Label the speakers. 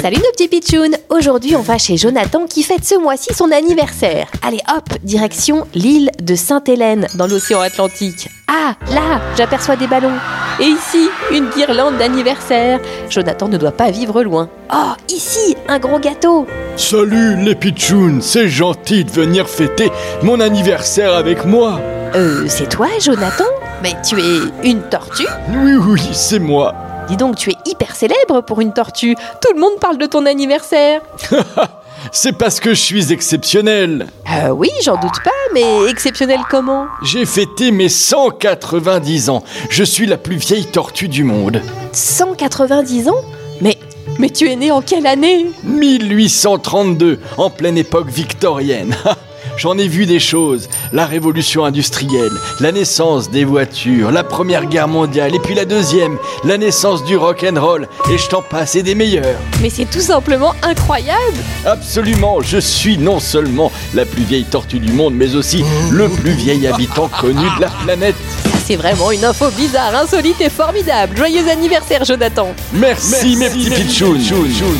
Speaker 1: Salut nos petits pitchouns Aujourd'hui on va chez Jonathan qui fête ce mois-ci son anniversaire. Allez hop, direction l'île de Sainte-Hélène dans l'océan Atlantique. Ah, là, j'aperçois des ballons. Et ici, une guirlande d'anniversaire. Jonathan ne doit pas vivre loin. Oh, ici, un gros gâteau.
Speaker 2: Salut les pitchouns, c'est gentil de venir fêter mon anniversaire avec moi.
Speaker 1: Euh, c'est toi Jonathan Mais tu es une tortue
Speaker 2: Oui, oui, c'est moi.
Speaker 1: Dis donc, tu es hyper célèbre pour une tortue. Tout le monde parle de ton anniversaire.
Speaker 2: C'est parce que je suis exceptionnel.
Speaker 1: Euh, oui, j'en doute pas, mais exceptionnel comment
Speaker 2: J'ai fêté mes 190 ans. Je suis la plus vieille tortue du monde.
Speaker 1: 190 ans Mais mais tu es né en quelle année
Speaker 2: 1832, en pleine époque victorienne. Ha J'en ai vu des choses. La révolution industrielle, la naissance des voitures, la première guerre mondiale, et puis la deuxième, la naissance du rock and roll. Et je t'en passe et des meilleurs.
Speaker 1: Mais c'est tout simplement incroyable
Speaker 2: Absolument, je suis non seulement la plus vieille tortue du monde, mais aussi le plus vieil habitant connu de la planète.
Speaker 1: C'est vraiment une info bizarre, insolite et formidable. Joyeux anniversaire Jonathan
Speaker 2: Merci, mes petits pitchouns.